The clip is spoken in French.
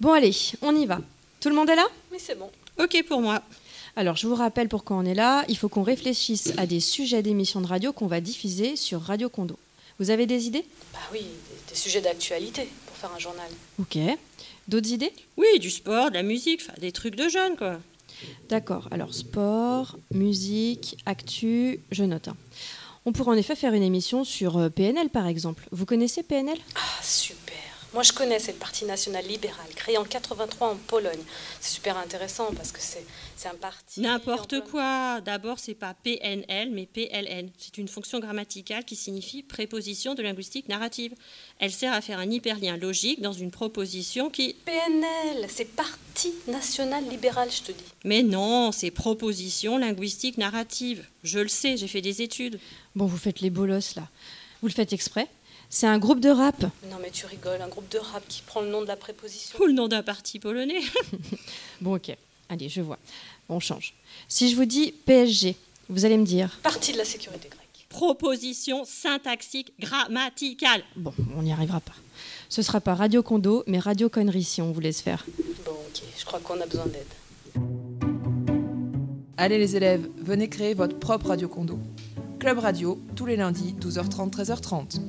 Bon allez, on y va. Tout le monde est là Mais c'est bon. Ok pour moi. Alors je vous rappelle pourquoi on est là. Il faut qu'on réfléchisse à des sujets d'émissions de radio qu'on va diffuser sur Radio Condo. Vous avez des idées Bah oui, des, des sujets d'actualité pour faire un journal. Ok. D'autres idées Oui, du sport, de la musique, enfin, des trucs de jeunes, quoi. D'accord. Alors sport, musique, actu, je note. hein. On pourrait en effet faire une émission sur euh, PNL par exemple. Vous connaissez PNL Ah, super. Moi, je connais, c'est le Parti national libéral, créé en 83 en Pologne. C'est super intéressant parce que c'est c'est un parti. N'importe en- quoi. D'abord, c'est pas PNL, mais PLN. C'est une fonction grammaticale qui signifie préposition de linguistique narrative. Elle sert à faire un hyperlien logique dans une proposition qui. PNL, c'est Parti national libéral, je te dis. Mais non, c'est proposition linguistique narrative. Je le sais, j'ai fait des études. Bon, vous faites les bolosses là. Vous le faites exprès C'est un groupe de rap. Non, mais tu rigoles, un groupe de rap qui prend le nom de la préposition. Ou le nom d'un parti polonais. Bon, ok. Allez, je vois. On change. Si je vous dis PSG, vous allez me dire. Parti de la sécurité grecque. proposition syntaxique grammaticale. Bon, on n'y arrivera pas. Ce sera pas Radio Condo, mais Radio Connerie si on vous laisse faire. Bon, ok, je crois qu'on a besoin d'aide. Allez les élèves, venez créer votre propre Radio Condo. Club Radio, tous les lundis, 12h30, 13h30.